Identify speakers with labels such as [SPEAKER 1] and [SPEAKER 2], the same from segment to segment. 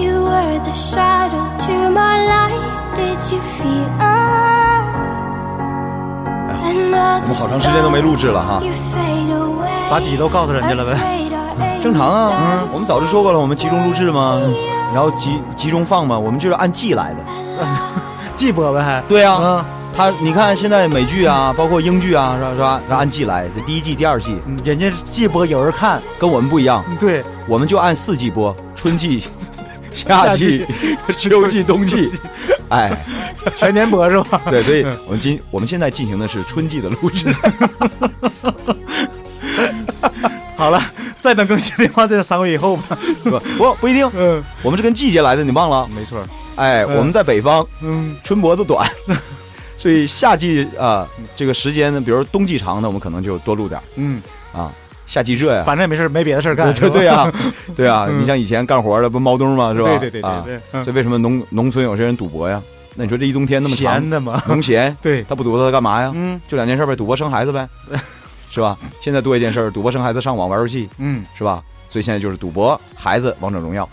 [SPEAKER 1] the shadow to my light. Did you feel us?
[SPEAKER 2] 我
[SPEAKER 1] Another
[SPEAKER 2] 们哎好长时间都没
[SPEAKER 1] star,
[SPEAKER 2] 录制了哈，
[SPEAKER 1] you fade away.
[SPEAKER 3] 把底都告诉人家了呗。
[SPEAKER 1] Afraid our
[SPEAKER 2] 正常啊，
[SPEAKER 1] aims are
[SPEAKER 2] 我们早就说过了，我们集中录制嘛，然后集集中放嘛，我们就是按季来的。
[SPEAKER 3] 季播呗还。
[SPEAKER 2] 对啊，
[SPEAKER 3] 嗯
[SPEAKER 2] 他你看现在美剧啊，包括英剧啊，是吧？是吧？是按季来，这第一季、第二季
[SPEAKER 3] 嗯人家季播有人看，
[SPEAKER 2] 跟我们不一样，
[SPEAKER 3] 对，
[SPEAKER 2] 我们就按四季播，春季、 夏季、
[SPEAKER 3] 季
[SPEAKER 2] 秋季、冬季，哎，
[SPEAKER 3] 全年播是吧？
[SPEAKER 2] 对，所以我们今我们现在进行的是春季的录制。
[SPEAKER 3] 好了，再等更新的话，这三个月以后吧。
[SPEAKER 2] 不不不一定，
[SPEAKER 3] 嗯，
[SPEAKER 2] 我们是跟季节来的，你忘了？
[SPEAKER 3] 没错。
[SPEAKER 2] 哎，
[SPEAKER 3] 嗯
[SPEAKER 2] 我们在北方，
[SPEAKER 3] 嗯，
[SPEAKER 2] 春脖子短， 所以夏季啊、这个时间呢，比如冬季长的，我们可能就多录点
[SPEAKER 3] 嗯，
[SPEAKER 2] 儿啊。夏季热呀，
[SPEAKER 3] 反正也没事儿，没别的事儿干。
[SPEAKER 2] 对对
[SPEAKER 3] 是吧
[SPEAKER 2] 呀， 对啊，
[SPEAKER 3] 嗯
[SPEAKER 2] 你像以前干活的不猫冬吗？是吧？
[SPEAKER 3] 对对对
[SPEAKER 2] 啊
[SPEAKER 3] 对对嗯
[SPEAKER 2] 所以为什么农农村有些人赌博呀？那你说这一冬天那么长
[SPEAKER 3] 闲，的嘛。
[SPEAKER 2] 农闲，
[SPEAKER 3] 对，
[SPEAKER 2] 他不赌博他干嘛呀？
[SPEAKER 3] 嗯
[SPEAKER 2] 就两件事呗，赌博生孩子 呗，是吧？现在多一件事儿，赌博生孩子上网玩游戏，
[SPEAKER 3] 嗯，
[SPEAKER 2] 是吧？所以现在就是赌博、孩子、王者荣 耀，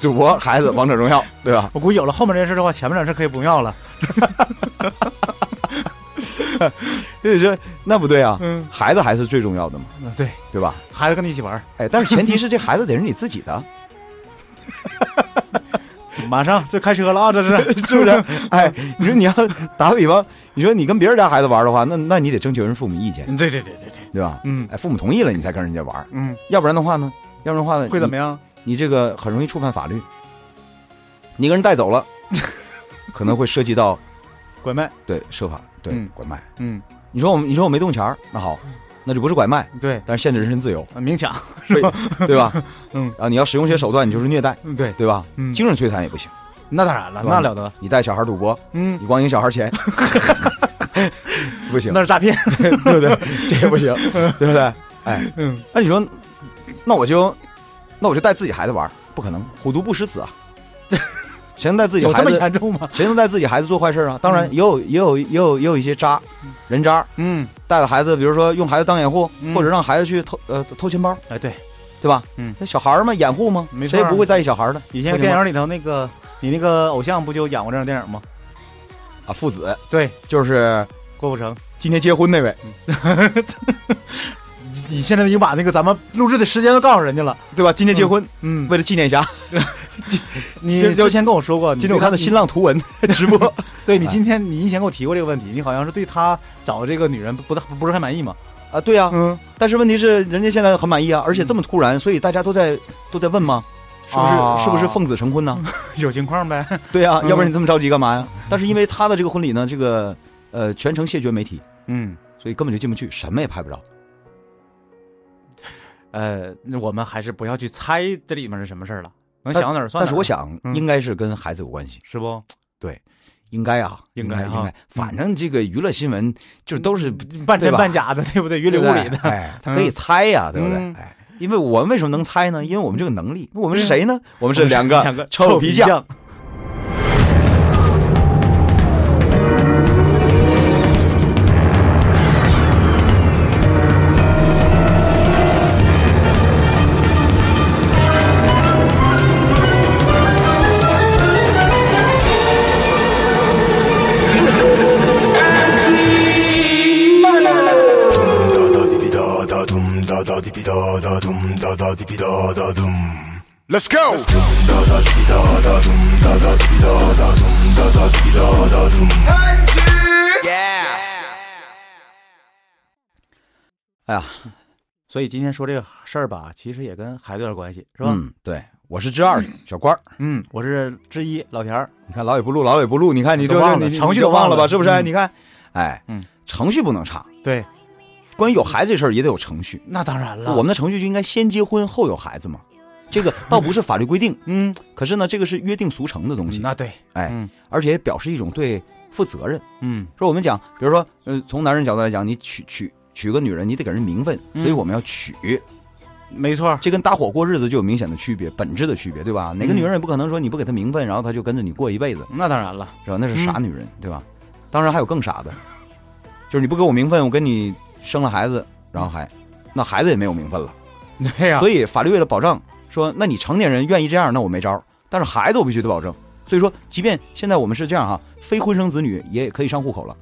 [SPEAKER 2] 赌博、孩子、王者荣耀，对吧？
[SPEAKER 3] 我估计有了后面这件事的话，前面两事可以不要了。
[SPEAKER 2] 所以说那不对啊，
[SPEAKER 3] 嗯，
[SPEAKER 2] 孩子还是最重要的嘛，
[SPEAKER 3] 嗯对，
[SPEAKER 2] 对吧？
[SPEAKER 3] 孩子跟你一起玩儿，
[SPEAKER 2] 哎，但是前提是这孩子得是你自己 的，
[SPEAKER 3] 马上就开 车了啊！这是
[SPEAKER 2] 是不是？哎，你说你要打个比方，你说你跟别人家孩子玩的话，那那你得征求人父母意见，
[SPEAKER 3] 嗯对对对对对，
[SPEAKER 2] 对吧？
[SPEAKER 3] 嗯
[SPEAKER 2] 哎，父母同意了你才跟人家玩，
[SPEAKER 3] 嗯，
[SPEAKER 2] 要不然的话呢？要不然的话呢？
[SPEAKER 3] 会怎么
[SPEAKER 2] 样？
[SPEAKER 3] 样？
[SPEAKER 2] 你这个很容易触犯法律，你给人带 走了，可能会涉及到
[SPEAKER 3] 拐卖，
[SPEAKER 2] 对涉法对、
[SPEAKER 3] 嗯
[SPEAKER 2] 拐卖。
[SPEAKER 3] 嗯，
[SPEAKER 2] 你说我们你说我没动钱儿，那好，那就不是拐卖，
[SPEAKER 3] 对，
[SPEAKER 2] 但是限制人身 自由，
[SPEAKER 3] 啊明抢，
[SPEAKER 2] 对对吧？
[SPEAKER 3] 嗯，
[SPEAKER 2] 啊，你要使用一些手段，你就是虐待，
[SPEAKER 3] 嗯对，
[SPEAKER 2] 对吧？
[SPEAKER 3] 嗯
[SPEAKER 2] 精神摧残也不行，
[SPEAKER 3] 那当然了，
[SPEAKER 2] 是吧
[SPEAKER 3] 那了得，
[SPEAKER 2] 你带小孩赌博，
[SPEAKER 3] 嗯，
[SPEAKER 2] 你光赢小孩钱， 不行，
[SPEAKER 3] 那是诈骗，
[SPEAKER 2] 对不对？这也不行，对不对？哎，
[SPEAKER 3] 嗯，
[SPEAKER 2] 那你说，那我就那我就带自己孩子玩儿，不可能，虎毒不食子啊！ 谁能带自己
[SPEAKER 3] 有
[SPEAKER 2] 孩
[SPEAKER 3] 这么
[SPEAKER 2] 子？
[SPEAKER 3] 严重吗？
[SPEAKER 2] 谁能带自己孩子做坏事啊？当然，
[SPEAKER 3] 嗯
[SPEAKER 2] 也有也有也有也有一些渣人渣，
[SPEAKER 3] 嗯，
[SPEAKER 2] 带着孩子，比如说用孩子当掩护，
[SPEAKER 3] 嗯
[SPEAKER 2] 或者让孩子去偷呃偷钱包，
[SPEAKER 3] 哎对，
[SPEAKER 2] 对吧？
[SPEAKER 3] 嗯，
[SPEAKER 2] 那小孩儿嘛，掩护嘛，
[SPEAKER 3] 没错
[SPEAKER 2] 谁也不会在意小孩儿的
[SPEAKER 3] 以前电影里头那个你那个偶像不就演过这样的电影吗？
[SPEAKER 2] 啊。父子
[SPEAKER 3] 对，
[SPEAKER 2] 就是
[SPEAKER 3] 郭富城，
[SPEAKER 2] 今天结婚那位，
[SPEAKER 3] 你现在已经把那个咱们录制的时间都告诉人家了，
[SPEAKER 2] 对吧？今天结婚，
[SPEAKER 3] 嗯，
[SPEAKER 2] 为了纪念一下，
[SPEAKER 3] 你
[SPEAKER 2] 这这
[SPEAKER 3] 之前跟我说过，你
[SPEAKER 2] 今天我看
[SPEAKER 3] 对
[SPEAKER 2] 到
[SPEAKER 3] 他
[SPEAKER 2] 新浪图文 直播，
[SPEAKER 3] 对你今天你以前跟我提过这个问题，你好像是对他找这个女人不不不是很满意嘛？
[SPEAKER 2] 啊，对呀、
[SPEAKER 3] 嗯，
[SPEAKER 2] 但是问题是，人家现在很满意啊，而且这么突然，所以大家都在都在问吗？是不是、
[SPEAKER 3] 啊
[SPEAKER 2] 是不是奉子成婚呢？
[SPEAKER 3] 有情况呗，
[SPEAKER 2] 对呀、
[SPEAKER 3] 嗯
[SPEAKER 2] 要不然你这么着急干嘛呀？但是因为他的这个婚礼呢，这个呃全程谢绝媒体，
[SPEAKER 3] 嗯。
[SPEAKER 2] 所以根本就进不去，什么也拍不着。
[SPEAKER 3] 呃，那我们还是不要去猜这里面是什么事儿了，能想到哪儿算哪儿
[SPEAKER 2] 但是我想，
[SPEAKER 3] 嗯
[SPEAKER 2] 应该是跟孩子有关系，
[SPEAKER 3] 是不？
[SPEAKER 2] 应该啊，
[SPEAKER 3] 应
[SPEAKER 2] 该
[SPEAKER 3] 该
[SPEAKER 2] 应
[SPEAKER 3] 哈嗯
[SPEAKER 2] 该。反正这个娱乐新闻就是都是
[SPEAKER 3] 半
[SPEAKER 2] 对
[SPEAKER 3] 真
[SPEAKER 2] 吧
[SPEAKER 3] 半假的， 对不对？云里雾
[SPEAKER 2] 对不对
[SPEAKER 3] 里的，
[SPEAKER 2] 哎，他可以猜呀，对不对
[SPEAKER 3] 嗯？
[SPEAKER 2] 哎。因为我们为什么能猜呢？因为我们这个能力。我们是谁呢？我们是两个
[SPEAKER 3] 两个
[SPEAKER 2] 臭皮
[SPEAKER 3] 皮
[SPEAKER 2] 匠。
[SPEAKER 3] 匠。
[SPEAKER 4] Dum da da di bi da da dum da da di bi da da dum da da di bi da da dum. Let's go. Dum da da di bi da da dum da da di bi da da dum da da di bi da da dum.
[SPEAKER 2] 哎呀，
[SPEAKER 3] 所以今天说这个事儿吧，其实也跟孩子有点关系，是吧？
[SPEAKER 2] 嗯，对，我是之 二小官儿。
[SPEAKER 3] 嗯，我是之一老田儿，
[SPEAKER 2] 你看老也不录，老也不录，你看你
[SPEAKER 3] 都
[SPEAKER 2] 这
[SPEAKER 3] 忘
[SPEAKER 2] 你
[SPEAKER 3] 了
[SPEAKER 2] 你
[SPEAKER 3] 程序
[SPEAKER 2] 你就
[SPEAKER 3] 都
[SPEAKER 2] 忘
[SPEAKER 3] 忘
[SPEAKER 2] 吧，
[SPEAKER 3] 了
[SPEAKER 2] 是不是？
[SPEAKER 3] 嗯
[SPEAKER 2] 你看，哎，
[SPEAKER 3] 嗯，
[SPEAKER 2] 程序不能差。
[SPEAKER 3] 对，
[SPEAKER 2] 关于有孩子这事儿也得有程序，
[SPEAKER 3] 那当然了，
[SPEAKER 2] 我们的程序就应该先结婚后有孩 子嘛。这个倒不是法律规定，
[SPEAKER 3] 嗯，
[SPEAKER 2] 可是呢，这个是约定俗成的东西，
[SPEAKER 3] 那对，
[SPEAKER 2] 哎
[SPEAKER 3] 嗯，
[SPEAKER 2] 而且也表示一种对负责任。
[SPEAKER 3] 嗯，
[SPEAKER 2] 说我们讲，比如说，呃，从男人角度来讲，你娶娶娶个女人，你得给人名分，
[SPEAKER 3] 嗯
[SPEAKER 2] 所以我们要娶，
[SPEAKER 3] 没错儿，
[SPEAKER 2] 这跟搭伙过日子就有明显的区别，本质的区别，对吧？哪个
[SPEAKER 3] 嗯
[SPEAKER 2] 女人也不可能说你不给她名分，然后她就跟着你过一辈子，
[SPEAKER 3] 那当然了，
[SPEAKER 2] 是吧？那是
[SPEAKER 3] 嗯
[SPEAKER 2] 傻女人，对吧？当然还有更傻的，就是你不给我名分，我跟你生了孩子，然后还那孩子也没有名分了。
[SPEAKER 3] 对呀，
[SPEAKER 2] 所以法律为了保障，说那你成年人愿意这样，那我没招儿。但是孩子我必须得保证。所以说，即便现在我们是这样哈，非婚生子女也可以上户口了，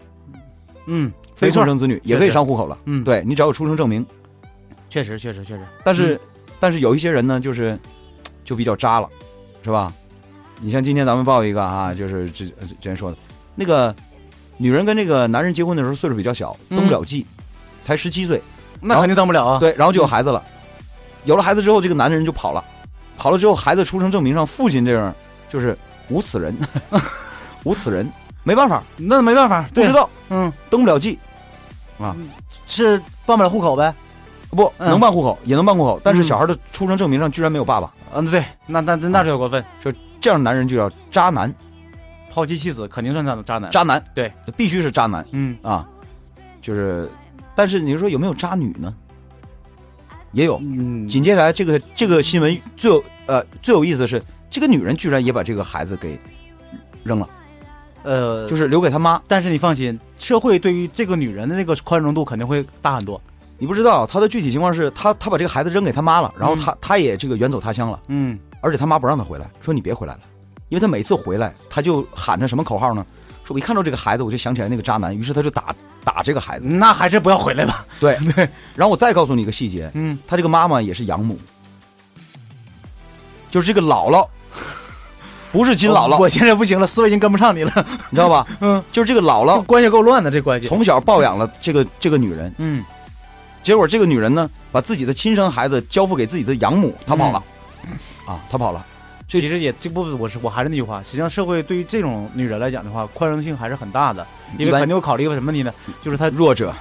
[SPEAKER 3] 嗯，
[SPEAKER 2] 非
[SPEAKER 3] 没错
[SPEAKER 2] 婚，生子女也可以上户口了。
[SPEAKER 3] 嗯，，
[SPEAKER 2] 对你只要有出生证明，
[SPEAKER 3] 确实，确实，确实，
[SPEAKER 2] 但是、但是有一些人呢，就是就比较渣了，是吧？你像今天咱们报一个哈、就是之呃之前说的，那个女人跟那个男人结婚的时候岁数比较小，
[SPEAKER 3] 嗯
[SPEAKER 2] 登不了记，才十七岁，
[SPEAKER 3] 那肯定当不了啊。，
[SPEAKER 2] 对，然后就有孩子了。有了孩子之后，这个男人就跑了，跑了之后，孩子出生证明上父亲这样就是无此人， 无此人，没办法，
[SPEAKER 3] 那没办法，
[SPEAKER 2] 不
[SPEAKER 3] 对
[SPEAKER 2] 知，道，
[SPEAKER 3] 嗯，
[SPEAKER 2] 登不了记，
[SPEAKER 3] 是办不了户口呗。
[SPEAKER 2] 不
[SPEAKER 3] 嗯
[SPEAKER 2] 能办户口，也能办户口，但是
[SPEAKER 3] 嗯
[SPEAKER 2] 小孩的出生证明上居然没有爸爸，
[SPEAKER 3] 嗯，对，那那那是有过分，
[SPEAKER 2] 这样的男人就叫渣男，
[SPEAKER 3] 抛妻弃子肯定算渣渣男。
[SPEAKER 2] 渣男，
[SPEAKER 3] 对，
[SPEAKER 2] 必须是渣男
[SPEAKER 3] 嗯，
[SPEAKER 2] 啊，就是，但是你说有没有渣女呢？也有。
[SPEAKER 3] 嗯
[SPEAKER 2] 紧接下来，这个这个新闻最有呃最有意思的是，这个女人居然也把这个孩子给扔了，
[SPEAKER 3] 呃，
[SPEAKER 2] 就是留给他妈。
[SPEAKER 3] 但是你放心，社会对于这个女人的那个宽容度肯定会大很多。
[SPEAKER 2] 你不知道他的具体情况是，他他把这个孩子扔给他妈了，然后他、他也这个远走他乡了，
[SPEAKER 3] 嗯，
[SPEAKER 2] 而且他妈不让他回来，说你别回来了，因为他每次回来他就喊着什么口号呢？说我一看到这个孩子我就想起来那个渣男，于是他就打打这个孩子。
[SPEAKER 3] 那还是不要回来吧。
[SPEAKER 2] 对对， 然后我再告诉你一个细节，
[SPEAKER 3] 嗯，
[SPEAKER 2] 他这个妈妈也是养母，就是这个姥姥， 不是亲姥姥，
[SPEAKER 3] 哦我现在不行了，思维已经跟不上你了，
[SPEAKER 2] 你知道吧？
[SPEAKER 3] 嗯，
[SPEAKER 2] 就是这个姥
[SPEAKER 3] 这
[SPEAKER 2] 姥
[SPEAKER 3] 关系够乱的，这关系。
[SPEAKER 2] 从小抱养了这个这个女人，
[SPEAKER 3] 嗯，
[SPEAKER 2] 结果这个女人呢，把自己的亲生孩子交付给自己的养母，她跑了，
[SPEAKER 3] 嗯
[SPEAKER 2] 啊，她跑了。这
[SPEAKER 3] 其实也这不，我是我还是那句话，实际上社会对于这种女人来讲的话，宽容性还是很大的，因
[SPEAKER 2] 一
[SPEAKER 3] 为
[SPEAKER 2] 般
[SPEAKER 3] 肯定会考虑嗯一个什嗯么问题呢？就是她
[SPEAKER 2] 弱者，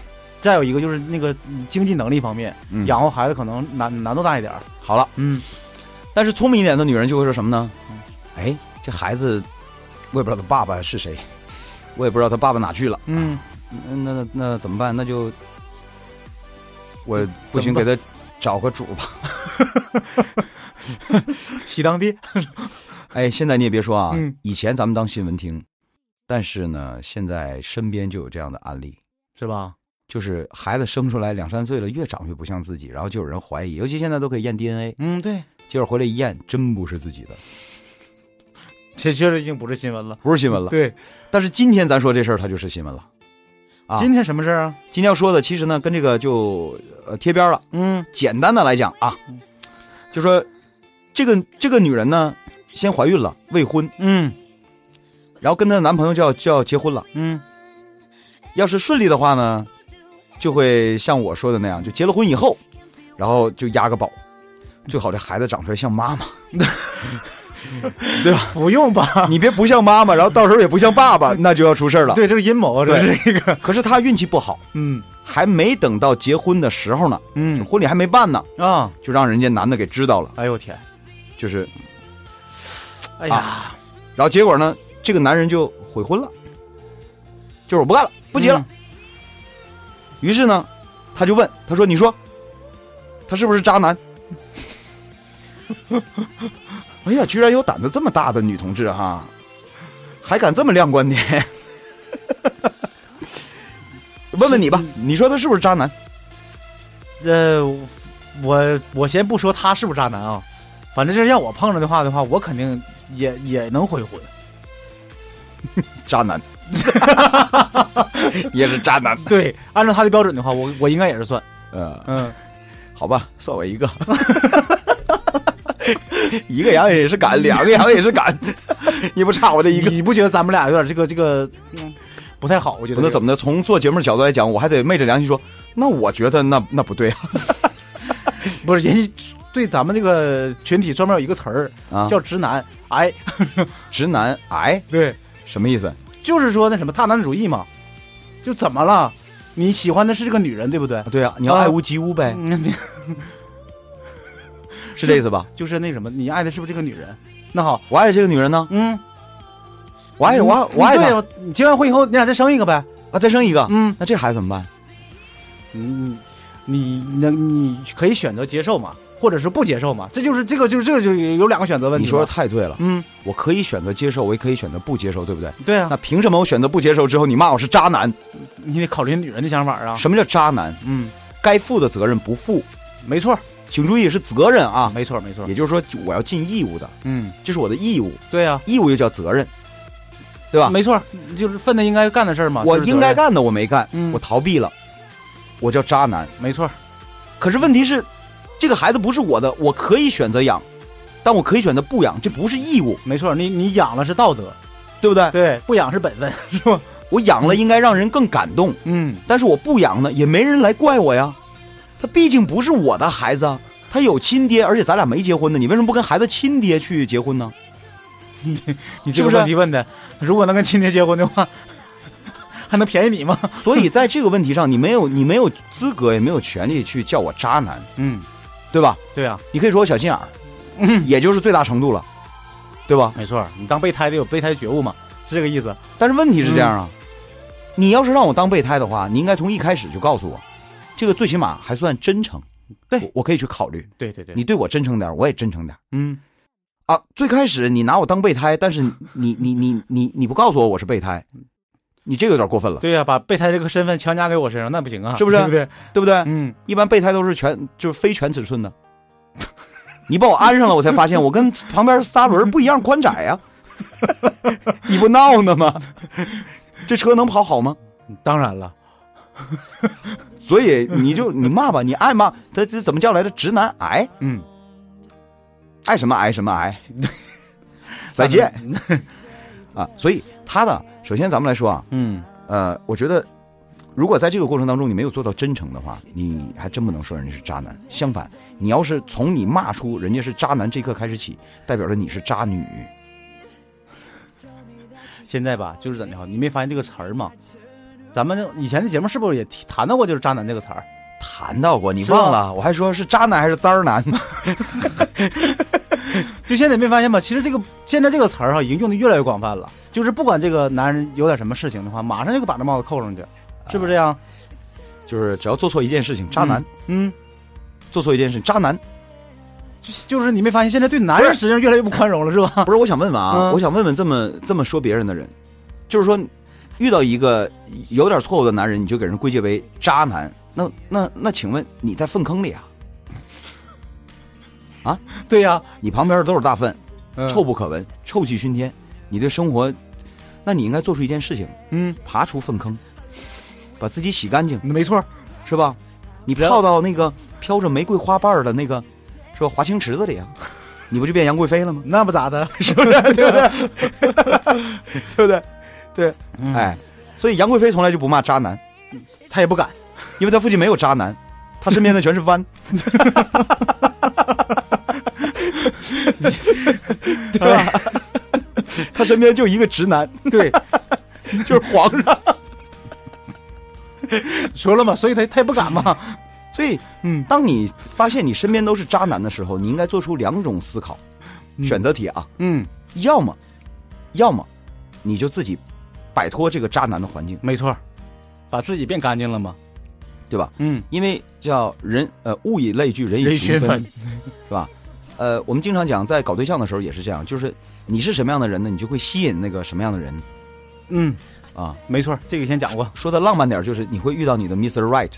[SPEAKER 3] 再有一个就是那个嗯经济能力方面，
[SPEAKER 2] 嗯
[SPEAKER 3] 养活孩子可能难难度大一点儿。
[SPEAKER 2] 好了。
[SPEAKER 3] 嗯，
[SPEAKER 2] 但是聪明一点的女人就会说什么呢？哎，这孩子，我也不知道他爸爸是谁，我也不知道他爸爸哪去了。
[SPEAKER 3] 嗯，
[SPEAKER 2] 那那那怎么办？那就我不行，
[SPEAKER 3] 怎么
[SPEAKER 2] 给
[SPEAKER 3] 办
[SPEAKER 2] 他找个主吧。
[SPEAKER 3] 喜当爹。
[SPEAKER 2] 哎，现在你也别说啊，
[SPEAKER 3] 嗯
[SPEAKER 2] 以前咱们当新闻听，但是呢，现在身边就有这样的案例。
[SPEAKER 3] 是吧？
[SPEAKER 2] 就是孩子生出来两三岁了，越长越不像自己，然后就有人怀疑，尤其现在都可以验 DNA，
[SPEAKER 3] 嗯，对，
[SPEAKER 2] 结果回来一验，真不是自己的，
[SPEAKER 3] 这确实已经不是新闻了。
[SPEAKER 2] 不是新闻了。
[SPEAKER 3] 对，
[SPEAKER 2] 但是今天咱说这事儿，它就是新闻了。啊
[SPEAKER 3] 今天什么事儿啊？
[SPEAKER 2] 今天要说的，其实呢，跟这个就呃贴边了。
[SPEAKER 3] 嗯
[SPEAKER 2] 简单的来讲啊
[SPEAKER 3] 嗯，
[SPEAKER 2] 就说这个这个女人呢，先怀孕了，未婚，
[SPEAKER 3] 嗯
[SPEAKER 2] 然后跟她的男朋友就要就要结婚了。
[SPEAKER 3] 嗯，
[SPEAKER 2] 要是顺利的话呢，就会像我说的那样，就结了婚以后，然后就押个宝，最好这孩子长出来像妈妈，对吧？
[SPEAKER 3] 不用吧？
[SPEAKER 2] 你别不像妈妈，然后到时候也不像爸爸，那就要出事儿了。
[SPEAKER 3] 对，这是阴谋啊，这是一个。
[SPEAKER 2] 可是她运气不好，
[SPEAKER 3] 嗯
[SPEAKER 2] 还没等到结婚的时候呢，就
[SPEAKER 3] 嗯
[SPEAKER 2] 婚礼还没办呢，
[SPEAKER 3] 啊，
[SPEAKER 2] 就让人家男的给知道了，
[SPEAKER 3] 哎呦我天，
[SPEAKER 2] 就是，
[SPEAKER 3] 哎呀，
[SPEAKER 2] 然后结果呢，这个男人就悔婚了，就是我不干了，不
[SPEAKER 3] 嗯
[SPEAKER 2] 结了。于是呢，他就问他说：“你说他是不是渣男？” 哎呀，居然有胆子这么大的女同志哈、还敢这么亮观点。 问问你吧，你说他是不是渣男？
[SPEAKER 3] 嗯。呃，我我先不说他是不是渣男啊，反正这让我碰着的话的话，我肯定也也能悔婚。
[SPEAKER 2] 渣男， 也是渣男。
[SPEAKER 3] 对， 按照他的标准的话，我我应该也是算。
[SPEAKER 2] 呃，
[SPEAKER 3] 嗯，
[SPEAKER 2] 好吧，算我一个。 一个羊也是赶，两个羊也是赶， 你不差我 这一个。
[SPEAKER 3] 你不觉得咱们俩有点这个这个、嗯不太好？我觉得
[SPEAKER 2] 那怎
[SPEAKER 3] 么
[SPEAKER 2] 么的？从做节目的角度来讲，我还得昧着良心说，那我觉得那那不对啊
[SPEAKER 3] 不是人家对咱们这个群体专门有一个词儿、
[SPEAKER 2] 啊！
[SPEAKER 3] 叫直男哎癌。
[SPEAKER 2] 直男癌
[SPEAKER 3] 对，
[SPEAKER 2] 什么意思？啊
[SPEAKER 3] 就是说那什么大男子主义嘛，就怎么了？你喜欢的是这个女人，对不对？
[SPEAKER 2] 对啊，你要
[SPEAKER 3] 啊
[SPEAKER 2] 爱屋及乌呗，
[SPEAKER 3] 嗯，
[SPEAKER 2] 是这意思吧？
[SPEAKER 3] 就是那什么，你爱的是不是这个女人？那好，
[SPEAKER 2] 我爱这个女人呢，
[SPEAKER 3] 嗯，
[SPEAKER 2] 我爱我爱我爱
[SPEAKER 3] 对
[SPEAKER 2] 她
[SPEAKER 3] 呀，嗯你结完婚以后，你俩再生一个呗。
[SPEAKER 2] 啊，再生一个，
[SPEAKER 3] 嗯，
[SPEAKER 2] 那这孩子怎么办？
[SPEAKER 3] 你你那你可以选择接受嘛，或者是不接受嘛，这就是这个就是这个就有两个选择问题
[SPEAKER 2] 你
[SPEAKER 3] 嘛。
[SPEAKER 2] 说的太对了，
[SPEAKER 3] 嗯，
[SPEAKER 2] 我可以选择接受，我也可以选择不接受，对不对？
[SPEAKER 3] 对啊
[SPEAKER 2] 那，凭什么我选择不接受之后，你骂我是渣男？
[SPEAKER 3] 你得考虑女人的想法啊。
[SPEAKER 2] 什么叫渣男？
[SPEAKER 3] 嗯，
[SPEAKER 2] 该负的责任不负，
[SPEAKER 3] 没错，
[SPEAKER 2] 请注意是责任啊，
[SPEAKER 3] 没错没错
[SPEAKER 2] 也，就是说我要尽义务的，
[SPEAKER 3] 嗯，
[SPEAKER 2] 这是我的义务，
[SPEAKER 3] 对呀、
[SPEAKER 2] 义务又叫责任，对吧？
[SPEAKER 3] 没错，就是分内应该干的事儿嘛，
[SPEAKER 2] 我
[SPEAKER 3] 啊就是责
[SPEAKER 2] 应该
[SPEAKER 3] 任，
[SPEAKER 2] 干的我没干，
[SPEAKER 3] 嗯
[SPEAKER 2] 我逃避了，我叫渣男。
[SPEAKER 3] 没错，
[SPEAKER 2] 可是问题是，这个孩子不是我的，我可以选择养，但我可以选择不养，这不是义务，
[SPEAKER 3] 没错，你你养了是道德，
[SPEAKER 2] 对不对？
[SPEAKER 3] 对，不养是本分，是吧？
[SPEAKER 2] 我养了应该让人更感动，
[SPEAKER 3] 嗯，
[SPEAKER 2] 但是我不养呢，也没人来怪我呀。他毕竟不是我的孩子啊，他有亲爹，而且咱俩没结婚呢，你为什么不跟孩子亲爹去结婚呢？
[SPEAKER 3] 你
[SPEAKER 2] 是
[SPEAKER 3] 这
[SPEAKER 2] 不
[SPEAKER 3] 个
[SPEAKER 2] 是
[SPEAKER 3] 问题问的，如果能跟亲爹结婚的话， 还能便宜你吗？
[SPEAKER 2] 所以在这个问题上，你没有你没有资格也没有权利去叫我渣男，
[SPEAKER 3] 嗯，
[SPEAKER 2] 对吧？
[SPEAKER 3] 对啊，
[SPEAKER 2] 你可以说我小心眼儿，
[SPEAKER 3] 嗯
[SPEAKER 2] 也就是最大程度了，对吧？
[SPEAKER 3] 没错，你当备胎的有备胎觉悟嘛，是这个意思。
[SPEAKER 2] 但是问题是这样啊，
[SPEAKER 3] 嗯
[SPEAKER 2] 你要是让我当备胎的话，你应该从一开始就告诉我，这个最起码还算真诚，
[SPEAKER 3] 对
[SPEAKER 2] 我我可以去考虑。
[SPEAKER 3] 对对对，
[SPEAKER 2] 你对我真诚点儿，我也真诚点儿
[SPEAKER 3] 嗯，
[SPEAKER 2] 啊。最开始你拿我当备胎，但是你你你你你不告诉我我是备胎，你这个有点过分了，
[SPEAKER 3] 对呀、把备胎这个身份强加给我身上，那不行啊，
[SPEAKER 2] 是不是
[SPEAKER 3] 对不对？
[SPEAKER 2] 对不对？
[SPEAKER 3] 嗯，
[SPEAKER 2] 一般备胎都是全就是非全尺寸的， 你把我安上了，我才发现我跟旁边仨轮儿不一样宽窄呀、 你不闹呢吗？这车能跑好吗？
[SPEAKER 3] 当然了，
[SPEAKER 2] 所以你就 你骂吧，你爱骂他这怎么叫来着？直男癌，
[SPEAKER 3] 嗯，
[SPEAKER 2] 爱什么癌什么 癌。再见 啊！所以他的首先咱们来说啊，
[SPEAKER 3] 嗯，
[SPEAKER 2] 呃，我觉得如果在这个过程当中你没有做到真诚的话，你还真不能说人家是渣男。相反，你要是从你骂出人家是渣男这一刻开始起，代表着你是渣女。
[SPEAKER 3] 现在吧，就是怎的哈，你没发现这个词儿吗？咱们以前的节目是不是也提谈到过就是渣男这个词儿？
[SPEAKER 2] 谈到过，你
[SPEAKER 3] 是吧
[SPEAKER 2] 忘了？我还说是渣男还是渣儿男？
[SPEAKER 3] 就现在没发现吗？其实这个现在这个词儿哈，已经用的越来越广泛了。就是不管这个男人有点什么事情的话，马上就把这帽子扣上去，是不是这样？
[SPEAKER 2] 就是只要做错一件事情，渣男；
[SPEAKER 3] 嗯，
[SPEAKER 2] 做错一件事情，渣男。
[SPEAKER 3] 就是就是你没发现现在对男人实际上越来越不宽容了，是吧？
[SPEAKER 2] 不是，我想问问啊，
[SPEAKER 3] 嗯
[SPEAKER 2] 我想问问这么这么说别人的人，就是说，遇到一个有点错误的男人，你就给人归结为渣男，那那那，请问你在粪坑里啊？
[SPEAKER 3] 对呀、
[SPEAKER 2] 你旁边都是大粪，
[SPEAKER 3] 嗯
[SPEAKER 2] 臭不可闻，臭气熏天，你对生活，那你应该做出一件事情，
[SPEAKER 3] 嗯，
[SPEAKER 2] 爬出粪坑，把自己洗干净，
[SPEAKER 3] 没错儿，
[SPEAKER 2] 是吧？你泡到那个飘着玫瑰花瓣儿的那个，是吧？华清池子里啊，你不就变杨贵妃了吗？
[SPEAKER 3] 那不咋的，是不是？ 对不对？对不对？
[SPEAKER 2] 哎，所以杨贵妃从来就不骂渣男。
[SPEAKER 3] 他也不敢，
[SPEAKER 2] 因为他附近没有渣男，他身边的全是弯。 对 吧？他身边就一个直男，
[SPEAKER 3] 对，
[SPEAKER 2] 就是皇上。
[SPEAKER 3] 说了嘛，所以他他也不敢嘛。
[SPEAKER 2] 所以，
[SPEAKER 3] 嗯，
[SPEAKER 2] 当你发现你身边都是渣男的时候，你应该做出两种思考，选择题啊，
[SPEAKER 3] 嗯，
[SPEAKER 2] 要么，要么，你就自己摆脱这个渣男的环境，
[SPEAKER 3] 没错儿，把自己变干净了嘛。
[SPEAKER 2] 对吧？
[SPEAKER 3] 嗯，
[SPEAKER 2] 因为叫人呃物以类聚，人以
[SPEAKER 3] 人
[SPEAKER 2] 群
[SPEAKER 3] 群
[SPEAKER 2] 分
[SPEAKER 3] 分。，
[SPEAKER 2] 呃，我们经常讲，在搞对象的时候也是这样，就是你是什么样的人呢，你就会吸引那个什么样的人
[SPEAKER 3] 嗯，
[SPEAKER 2] 啊。
[SPEAKER 3] 没错儿，这个以前讲过
[SPEAKER 2] 说的浪漫点儿，就是你会遇到你的 Mr. Right，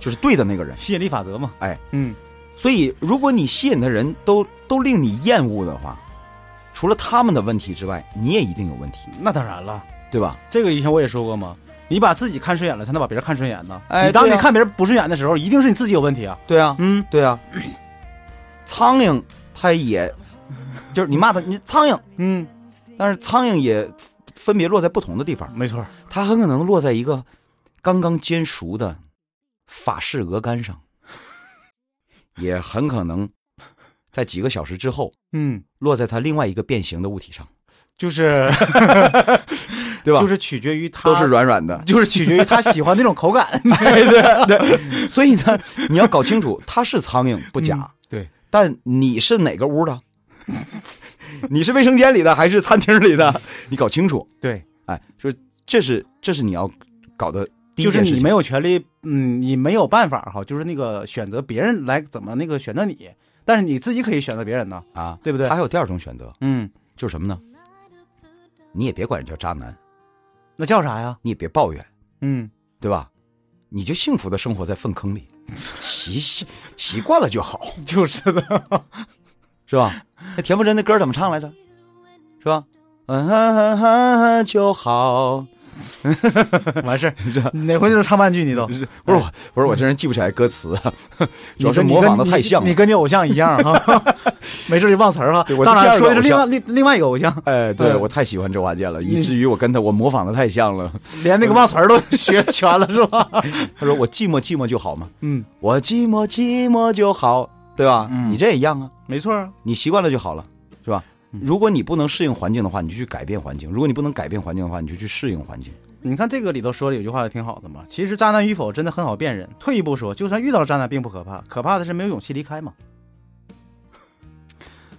[SPEAKER 2] 就是对的那个人。
[SPEAKER 3] 吸引力法则嘛。
[SPEAKER 2] 哎，
[SPEAKER 3] 嗯，
[SPEAKER 2] 所以，如果你吸引的人都都令你厌恶的话，除了他们的问题之外，你也一定有问题，
[SPEAKER 3] 那当然了。
[SPEAKER 2] 对吧？
[SPEAKER 3] 这个以前我也说过嘛，你把自己看顺眼了，才能把别人看顺眼呢。
[SPEAKER 2] 哎
[SPEAKER 3] 你当
[SPEAKER 2] 对
[SPEAKER 3] 你
[SPEAKER 2] 啊
[SPEAKER 3] 看别人不顺眼的时候，一定是你自己有问题啊。
[SPEAKER 2] 对啊，
[SPEAKER 3] 嗯，
[SPEAKER 2] 对啊。苍蝇它也，就是你骂它，你苍蝇，
[SPEAKER 3] 嗯，
[SPEAKER 2] 但是苍蝇也分别落在不同的地方。
[SPEAKER 3] 没错儿，
[SPEAKER 2] 它很可能落在一个刚刚煎熟的法式鹅肝上，也很可能在几个小时之后
[SPEAKER 3] 嗯，
[SPEAKER 2] 落在它另外一个变形的物体上，
[SPEAKER 3] 就是
[SPEAKER 2] 对吧？
[SPEAKER 3] 就是嗯取决于他，，
[SPEAKER 2] 都是软软的
[SPEAKER 3] 就是取决于他喜欢那种口 感。
[SPEAKER 2] 所以呢，你要搞清楚它是苍蝇不假，
[SPEAKER 3] 对，
[SPEAKER 2] 但你是哪个屋的？ 你是卫生间里的还是餐厅里的？你搞清楚，
[SPEAKER 3] 对，
[SPEAKER 2] 哎，说这是这是你要搞的第一
[SPEAKER 3] 就
[SPEAKER 2] 件
[SPEAKER 3] 是
[SPEAKER 2] 事情，
[SPEAKER 3] 你没有权利，嗯，你没有办法哈，就是那个选择别人来怎么那个选择你，但是你自己可以选择别人呢，
[SPEAKER 2] 啊，
[SPEAKER 3] 对不对
[SPEAKER 2] 还有第二种选择，
[SPEAKER 3] 嗯，
[SPEAKER 2] 就是什么呢？你也别管人叫渣男，
[SPEAKER 3] 那叫啥呀？
[SPEAKER 2] 你也别抱怨。
[SPEAKER 3] 嗯，
[SPEAKER 2] 对吧？你就幸福的生活在粪坑里，习习习惯了就好，
[SPEAKER 3] 就是的，
[SPEAKER 2] 是吧？ 那田馥甄那歌怎么唱来着？是吧？嗯哼哼哼哼就好，
[SPEAKER 3] 完事儿，哪回就唱半句你都，
[SPEAKER 2] 不是我，不是我，这人记不起来歌 词，主要是
[SPEAKER 3] 你跟
[SPEAKER 2] 模仿的
[SPEAKER 3] 你
[SPEAKER 2] 太
[SPEAKER 3] 跟
[SPEAKER 2] 像
[SPEAKER 3] 你
[SPEAKER 2] 了。
[SPEAKER 3] 跟你偶像一样 哈，没事就忘词儿哈
[SPEAKER 2] 对我。是
[SPEAKER 3] 当
[SPEAKER 2] 第二
[SPEAKER 3] 然
[SPEAKER 2] 个
[SPEAKER 3] 说的
[SPEAKER 2] 偶
[SPEAKER 3] 是另外
[SPEAKER 2] 像
[SPEAKER 3] 另另外一个偶像，
[SPEAKER 2] 哎，对
[SPEAKER 3] 嗯
[SPEAKER 2] 我太喜欢周华健了，以
[SPEAKER 3] 你
[SPEAKER 2] 至于我跟他我模仿的太像 了。
[SPEAKER 3] 连那个忘词儿都 学全了是吧？
[SPEAKER 2] 他说我寂寞寂寞就好嘛，
[SPEAKER 3] 嗯，
[SPEAKER 2] 我寂寞寂寞就好，对吧？
[SPEAKER 3] 嗯
[SPEAKER 2] 你这也一样啊，
[SPEAKER 3] 没错啊，
[SPEAKER 2] 你习惯了就好了，是吧？
[SPEAKER 3] 嗯
[SPEAKER 2] 如果你不能适应环境的话，你就去改变环境；如果你不能改变环境的话，你就去适应环境。
[SPEAKER 3] 你看这个里头说的有句话也挺好的嘛，其实渣男与否真的很好辨认。退一步说，就算遇到了渣男并不可怕，可怕的是没有勇气离开嘛。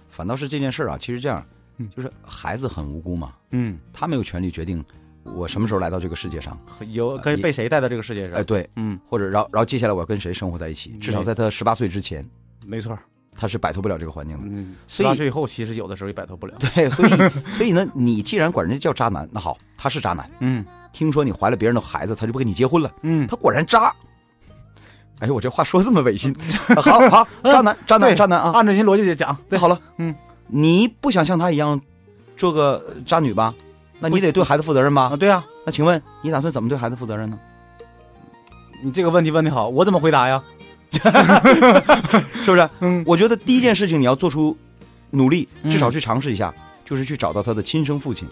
[SPEAKER 2] 反倒是这件事儿啊，其实这样
[SPEAKER 3] 嗯，
[SPEAKER 2] 就是孩子很无辜嘛，
[SPEAKER 3] 嗯，
[SPEAKER 2] 他没有权利决定我什么时候来到这个世界上。
[SPEAKER 3] 有跟被谁带到这个世界
[SPEAKER 2] 哎，
[SPEAKER 3] 上？
[SPEAKER 2] 对，
[SPEAKER 3] 嗯，
[SPEAKER 2] 或者然后然后接下来我要跟谁生活在一起？至少在他十八岁之前，
[SPEAKER 3] 没错儿。
[SPEAKER 2] 他是摆脱不了这个环境的。
[SPEAKER 3] 嗯，十
[SPEAKER 2] 所以
[SPEAKER 3] 八岁以后其实有的时候也摆脱不了。
[SPEAKER 2] 对，所以所以呢，你既然管人家叫渣男，那好，他是渣男。
[SPEAKER 3] 嗯
[SPEAKER 2] 听说你怀了别人的孩子，他就不跟你结婚了，
[SPEAKER 3] 嗯，
[SPEAKER 2] 他果然渣。哎呦，我这话说这么违心，好好，渣男，渣男，
[SPEAKER 3] 对
[SPEAKER 2] 渣男啊！
[SPEAKER 3] 按照您逻辑去讲，
[SPEAKER 2] 对，好了，
[SPEAKER 3] 嗯，
[SPEAKER 2] 你不想像他一样做个渣女吧？那你
[SPEAKER 3] 不
[SPEAKER 2] 得对孩子负责任吧
[SPEAKER 3] 啊，？对啊，
[SPEAKER 2] 那请问你打算怎么对孩子负责任呢？
[SPEAKER 3] 你这个问题问的好，我怎么回答呀？
[SPEAKER 2] 是不是？
[SPEAKER 3] 嗯
[SPEAKER 2] 我觉得第一件事情你要做出努力，
[SPEAKER 3] 嗯
[SPEAKER 2] 至少去尝试一下，就是去找到他的亲生父亲，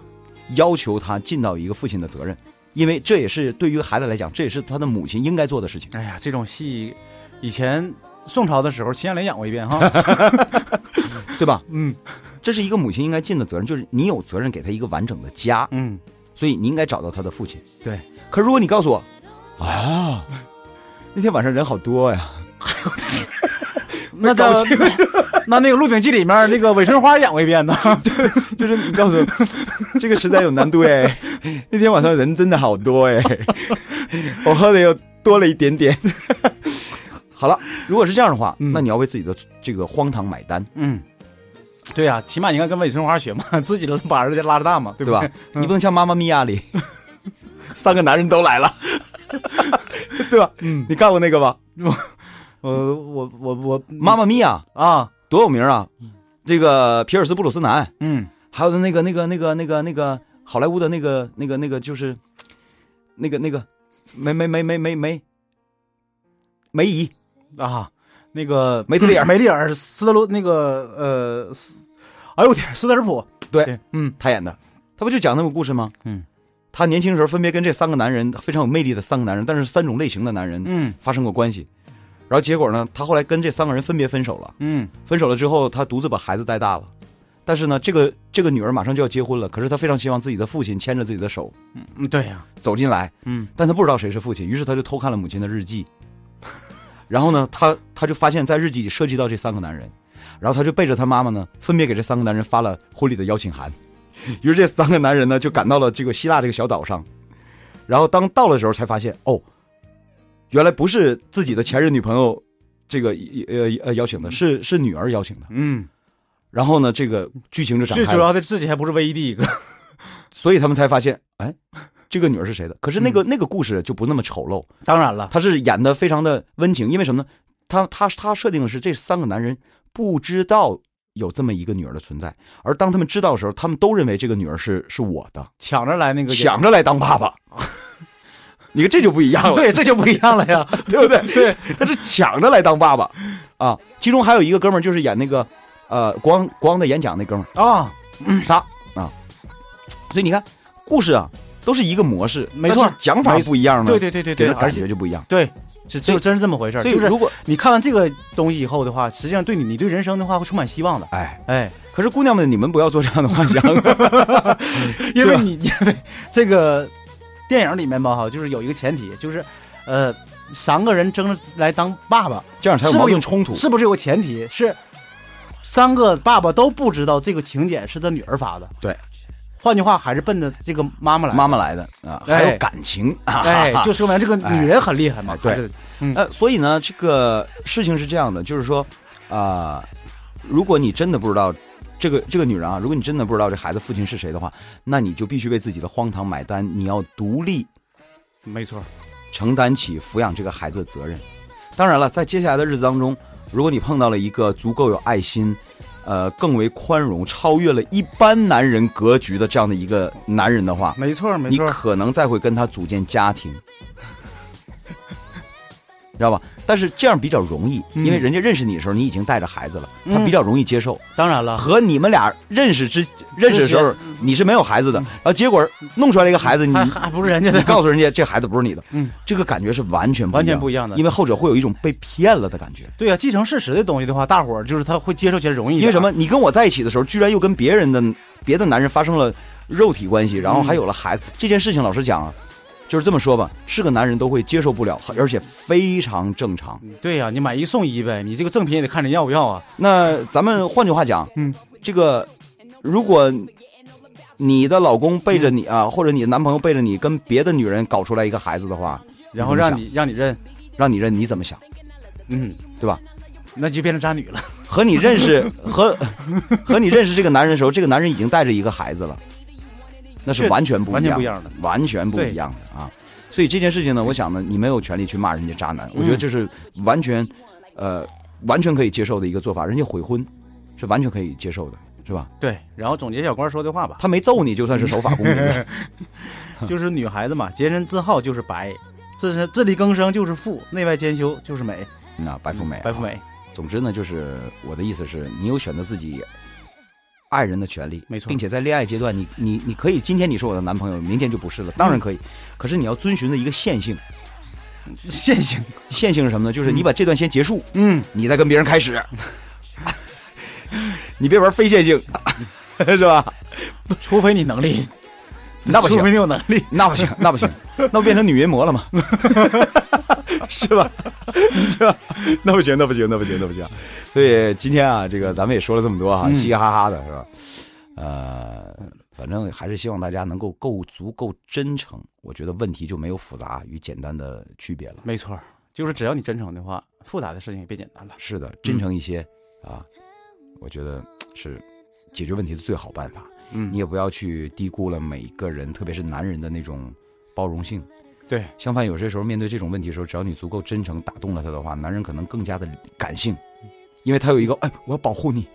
[SPEAKER 2] 要求他尽到一个父亲的责任，因为这也是对于孩子来讲，这也是他的母亲应该做的事情。
[SPEAKER 3] 哎呀，这种戏，以前宋朝的时候秦香莲演过一遍哈。
[SPEAKER 2] 对吧？
[SPEAKER 3] 嗯
[SPEAKER 2] 这是一个母亲应该尽的责任，就是你有责任给他一个完整的家，
[SPEAKER 3] 嗯，
[SPEAKER 2] 所以你应该找到他的父亲。
[SPEAKER 3] 对，
[SPEAKER 2] 可是如果你告诉我，啊，那天晚上人好多呀，
[SPEAKER 3] 那叫
[SPEAKER 2] 搞清
[SPEAKER 3] 那那个《鹿鼎记》里面那个韦春花演过一遍呢。
[SPEAKER 2] 就是你告诉我，这个实在有难度哎，那天晚上人真的好多哎，我喝的又多了一点点。好了，如果是这样的话，
[SPEAKER 3] 嗯
[SPEAKER 2] 那你要为自己的这个荒唐买单，
[SPEAKER 3] 嗯，对呀、起码你应该跟韦春花学嘛， 自己把儿子拉着大嘛，对
[SPEAKER 2] 对
[SPEAKER 3] 不
[SPEAKER 2] 吧？你不能像妈妈咪呀里，三个男人都来了，对吧？
[SPEAKER 3] 嗯，
[SPEAKER 2] 你看过那个吧？
[SPEAKER 3] 我呃我我我
[SPEAKER 2] 妈妈咪呀，
[SPEAKER 3] 啊，
[SPEAKER 2] 多有名啊！这个皮尔斯布鲁斯南，
[SPEAKER 3] 嗯，
[SPEAKER 2] 还有那个那个那个那个那个好莱坞的那个那个那个就是那个那个梅梅梅梅梅梅梅姨，
[SPEAKER 3] 啊，那个嗯
[SPEAKER 2] 梅德里尔
[SPEAKER 3] 梅丽尔斯德鲁那个呃，斯哎呦我天，斯德尔普，
[SPEAKER 2] 对
[SPEAKER 3] 嗯
[SPEAKER 2] 她演的，她不就讲那个故事吗？
[SPEAKER 3] 嗯，
[SPEAKER 2] 她年轻的时候分别跟这三个男人非常有魅力的三个男人，但是三种类型的男人
[SPEAKER 3] 嗯
[SPEAKER 2] 发生过关系，然后结果呢，她后来跟这三个人分别分手了。
[SPEAKER 3] 嗯
[SPEAKER 2] 分手了之后，她独自把孩子带大了。但是呢，这个这个女儿马上就要结婚了，可是她非常希望自己的父亲牵着自己的手
[SPEAKER 3] 嗯，对呀、
[SPEAKER 2] 走进来，
[SPEAKER 3] 嗯
[SPEAKER 2] 但他不知道谁是父亲，于是他就偷看了母亲的日记。 然后呢，他他就发现，在日记里涉及到这三个男人，然后他就背着他妈妈呢，分别给这三个男人发了婚礼的邀请函。 于是这三个男人呢，就赶到了这个希腊这个小岛上。然后当到的时候，才发现哦，原来不是自己的前任女朋友这个呃呃邀请的，是是女儿邀请的。
[SPEAKER 3] 嗯，
[SPEAKER 2] 然后呢，这个剧情就展
[SPEAKER 3] 最
[SPEAKER 2] 开
[SPEAKER 3] 主
[SPEAKER 2] 了，
[SPEAKER 3] 要的自己还不是唯一的一个，
[SPEAKER 2] 所以他们才发现，哎，这个女儿是谁的？可是那个、
[SPEAKER 3] 嗯
[SPEAKER 2] 那个故事就不那么丑陋，
[SPEAKER 3] 当然了，
[SPEAKER 2] 他是演的非常的温情，因为什么呢？他他他设定的是这三个男人不知道有这么一个女儿的存在，而当他们知道的时候，他们都认为这个女儿是是我的，
[SPEAKER 3] 抢着来那个哦
[SPEAKER 2] 抢着来当爸爸。你看这就不一样了，
[SPEAKER 3] 嗯 对，这就不一样了呀。
[SPEAKER 2] 对不对？对，他是抢着来当爸爸啊。其中还有一个哥们儿就是演那个呃光光的演讲那哥们
[SPEAKER 3] 啊，
[SPEAKER 2] 儿，他啊。所以你看，故事啊都是一个模式，
[SPEAKER 3] 没错
[SPEAKER 2] 但是讲法
[SPEAKER 3] 没
[SPEAKER 2] 不一样呢，
[SPEAKER 3] 对对对对
[SPEAKER 2] 给
[SPEAKER 3] 对，
[SPEAKER 2] 人的
[SPEAKER 3] 而
[SPEAKER 2] 感
[SPEAKER 3] 且
[SPEAKER 2] 觉就不一样。
[SPEAKER 3] 对，是
[SPEAKER 2] 所以
[SPEAKER 3] 就真是这么回事儿。
[SPEAKER 2] 所以
[SPEAKER 3] 就是
[SPEAKER 2] 如果
[SPEAKER 3] 你看完这个东西以后的话，实际上对你，你对人生的话会充满希望的。
[SPEAKER 2] 哎。
[SPEAKER 3] 哎，
[SPEAKER 2] 可是姑娘们，你们不要做这样的幻想。
[SPEAKER 3] 因
[SPEAKER 2] 对
[SPEAKER 3] 为
[SPEAKER 2] 吧
[SPEAKER 3] 你 因为这个电影里面吧，哈，就是有一个前提，就是呃，三个人争着来当爸爸，
[SPEAKER 2] 这样才有
[SPEAKER 3] 是不
[SPEAKER 2] 矛
[SPEAKER 3] 是有
[SPEAKER 2] 盾冲突。
[SPEAKER 3] 是不是有个前提是三个爸爸都不知道这个请柬是他女儿发的？
[SPEAKER 2] 对，
[SPEAKER 3] 换句话还是奔着这个妈妈来的。
[SPEAKER 2] 妈妈来的啊，
[SPEAKER 3] 哎
[SPEAKER 2] 还有感情啊，
[SPEAKER 3] 哎，
[SPEAKER 2] 哈
[SPEAKER 3] 就说明这个女人很厉害嘛
[SPEAKER 2] 哎。对
[SPEAKER 3] 还是，
[SPEAKER 2] 哈呃，所以呢，这个事情是这样的，就是说，啊、如果你真的不知道这个这个女人啊，如果你真的不知道这孩子父亲是谁的话，那你就必须为自己的荒唐买单，你要独立
[SPEAKER 3] 没错。
[SPEAKER 2] 承担起抚养这个孩子的责任。当然了，在接下来的日子当中，如果你碰到了一个足够有爱心，呃，更为宽容，超越了一般男人格局的这样的一个男人的话，
[SPEAKER 3] 没错没
[SPEAKER 2] 你
[SPEAKER 3] 错，
[SPEAKER 2] 可能再会跟他组建家庭， 你知道吧？但是这样比较容易，因为人家认识你的时候，你已经带着孩子了，他
[SPEAKER 3] 嗯啊
[SPEAKER 2] 比较容易接受。
[SPEAKER 3] 当然了，
[SPEAKER 2] 和你们俩认识之认识的时候，你是没有孩子的，然后结果弄出来一个孩子，你
[SPEAKER 3] 嗯还还不是人家
[SPEAKER 2] 你
[SPEAKER 3] 的，
[SPEAKER 2] 告诉人家这孩子不是你的，
[SPEAKER 3] 嗯，
[SPEAKER 2] 这个感觉是完全
[SPEAKER 3] 完全不一样的
[SPEAKER 2] 因为后者会有一种被骗了的感觉。
[SPEAKER 3] 对啊，继承事实的东西的话，大伙儿就是他会接受起来容易一点，啊
[SPEAKER 2] 因为什么？你跟我在一起的时候，居然又跟别人的别的男人发生了肉体关系，然后还有了孩子，这件事情老实讲啊，就是这么说吧，是个男人都会接受不了，而且非常正常。
[SPEAKER 3] 对啊呀、你买一送一呗，你这个赠品也得看人要不要啊。
[SPEAKER 2] 那咱们换句话讲，啊
[SPEAKER 3] 嗯，
[SPEAKER 2] 这个如果你的老公背着你啊，或者你的男朋友背着你跟别的女人搞出来一个孩子的话，
[SPEAKER 3] 然后
[SPEAKER 2] 你怎
[SPEAKER 3] 让
[SPEAKER 2] 么想
[SPEAKER 3] 你让你认，
[SPEAKER 2] 让你认，你怎么想？
[SPEAKER 3] 嗯，
[SPEAKER 2] 对吧？
[SPEAKER 3] 那就变成渣女了。
[SPEAKER 2] 和你认识 和和你认识这个男人的时候，这个男人已经带着一个孩子了，那是
[SPEAKER 3] 这
[SPEAKER 2] 完全不
[SPEAKER 3] 完
[SPEAKER 2] 一
[SPEAKER 3] 全
[SPEAKER 2] 样
[SPEAKER 3] 不一样的，
[SPEAKER 2] 完全不一样的啊！所以这件事情呢，我想呢，你没有权利去骂人家渣
[SPEAKER 3] 嗯
[SPEAKER 2] 男，我觉得这是完全呃完全可以接受的一个做法，人家悔婚是完全可以接受的，是吧？
[SPEAKER 3] 对，然后总结小关说的话 吧，
[SPEAKER 2] 他没揍你就算是守法公民 了，
[SPEAKER 3] 就是女孩子嘛，洁身自好就是白，自身自力更生就是富，内外兼修就是美，
[SPEAKER 2] 那嗯啊白富美、
[SPEAKER 3] 白富。美，
[SPEAKER 2] 总之呢，就是我的意思是你有选择自己爱人的权利，
[SPEAKER 3] 没错
[SPEAKER 2] 并且在恋爱阶段，你你你可以今天你是我的男朋友，明天就不是
[SPEAKER 3] 嗯
[SPEAKER 2] 了，当然可以。可是你要遵循的一个线性，
[SPEAKER 3] 现行。
[SPEAKER 2] 线性是什么呢？就是你把这段先结束，
[SPEAKER 3] 嗯，
[SPEAKER 2] 你再跟别人开始， 你别玩非线性， 是吧？
[SPEAKER 3] 除非你能 力，
[SPEAKER 2] 那不行
[SPEAKER 3] 除非你有能力。
[SPEAKER 2] 那不行，那不行，那不变成女淫魔了 吗？是吧？是吧？那不行，那不行，那不行，那不行。所以今天啊，这个咱们也说了这么多哈，
[SPEAKER 3] 嗯
[SPEAKER 2] 嘻嘻哈哈的是吧？呃，反正还是希望大家能够够足够真诚，我觉得问题就没有复杂与简单的区别了。
[SPEAKER 3] 没错，就是只要你真诚的话，复杂的事情也变简单了。
[SPEAKER 2] 是的，
[SPEAKER 3] 嗯
[SPEAKER 2] 真诚一些、啊，我觉得是解决问题的最好办法。
[SPEAKER 3] 嗯
[SPEAKER 2] 你也不要去低估了每一个人，特别是男人的那种包容性。
[SPEAKER 3] 对，
[SPEAKER 2] 相反，有些时候面对这种问题的时候，只要你足够真诚，打动了他的话，男人可能更加的感性，因为他有一个哎，我要保护你，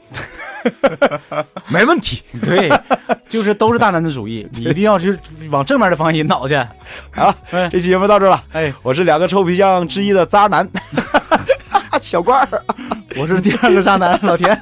[SPEAKER 2] 没问题
[SPEAKER 3] 对，就是都是大男子主义，你一定要去往正面的方向引导去。
[SPEAKER 2] 啊。这期节目到这儿了，
[SPEAKER 3] 哎，
[SPEAKER 2] 我是两个臭皮匠之一的渣男 小官儿。
[SPEAKER 3] 我是第二个渣男老田。